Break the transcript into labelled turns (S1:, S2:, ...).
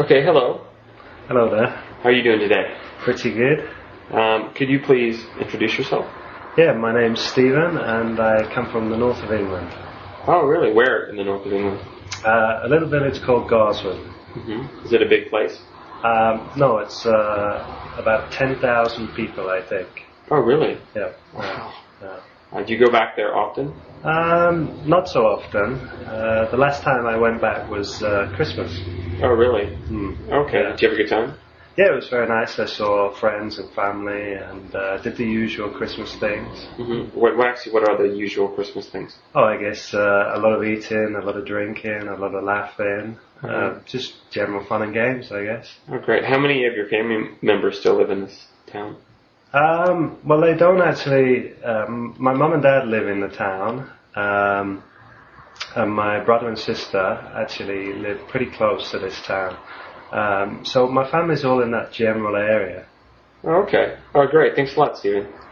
S1: Okay, hello.
S2: Hello there.
S1: How are you doing today?
S2: Pretty good.
S1: Um, could you please introduce yourself?
S2: Yeah, my name's Stephen and I come from the north of England.
S1: Oh, really? Where in the north of England?
S2: Uh, a little village called Garswood.
S1: hmm Is it a big place?
S2: Um, no, it's uh, about 10,000 people, I think.
S1: Oh, really?
S2: Yeah.
S1: Wow.
S2: yeah.
S1: Uh, do you go back there often?
S2: Um, not so often. Uh, the last time I went back was uh, Christmas.
S1: Oh, really? Okay.
S2: Yeah.
S1: Did you have a good time?
S2: Yeah, it was very nice. I saw friends and family and uh, did the usual Christmas things.
S1: Mm-hmm. What, what actually? What are the usual Christmas things?
S2: Oh, I guess uh, a lot of eating, a lot of drinking, a lot of laughing, uh,
S1: Mhm.
S2: just general fun and games, I guess.
S1: Oh, great. How many of your family members still live in this town?
S2: Um, well, they don't actually. Um, my mum and dad live in the town, um, and my brother and sister actually live pretty close to this town. Um, so my family's all in that general area.
S1: Oh, okay. Oh, great. Thanks a lot, Stephen.